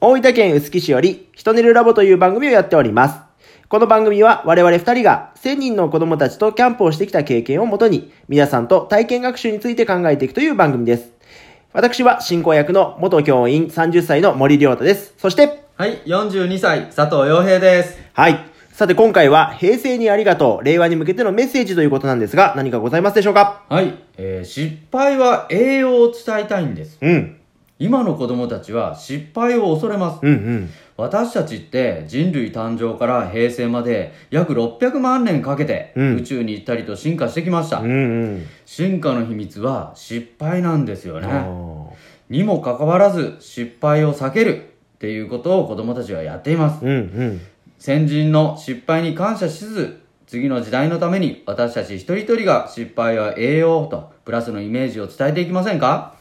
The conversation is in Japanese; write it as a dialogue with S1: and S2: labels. S1: 大分県臼杵市より、人寝るラボという番組をやっております。この番組は我々二人が1000人の子供たちとキャンプをしてきた経験をもとに、皆さんと体験学習について考えていくという番組です。私は進行役の元教員30歳の森良太です。そして、
S2: はい、42歳、佐藤洋平です。
S1: はい。さて今回は平成にありがとう、令和に向けてのメッセージということなんですが、何かございますでしょうか
S2: はい、えー失敗は栄養を伝えたいんです。
S1: うん。
S2: 今の子供たちは失敗を恐れます。
S1: うんうん。
S2: 私たちって人類誕生から平成まで約600万年かけて
S1: うん
S2: 宇宙に行ったりと進化してきました。
S1: うんうん。
S2: 進化の秘密は失敗なんですよ
S1: あ
S2: ね。
S1: ー
S2: にもかかわらず失敗を避けるっていうことを子供たちはやっています。
S1: うんうん。
S2: 先人の失敗に感謝しつつ、次の時代のために私たち一人一人が失敗は栄養とプラスのイメージを伝えていきませんか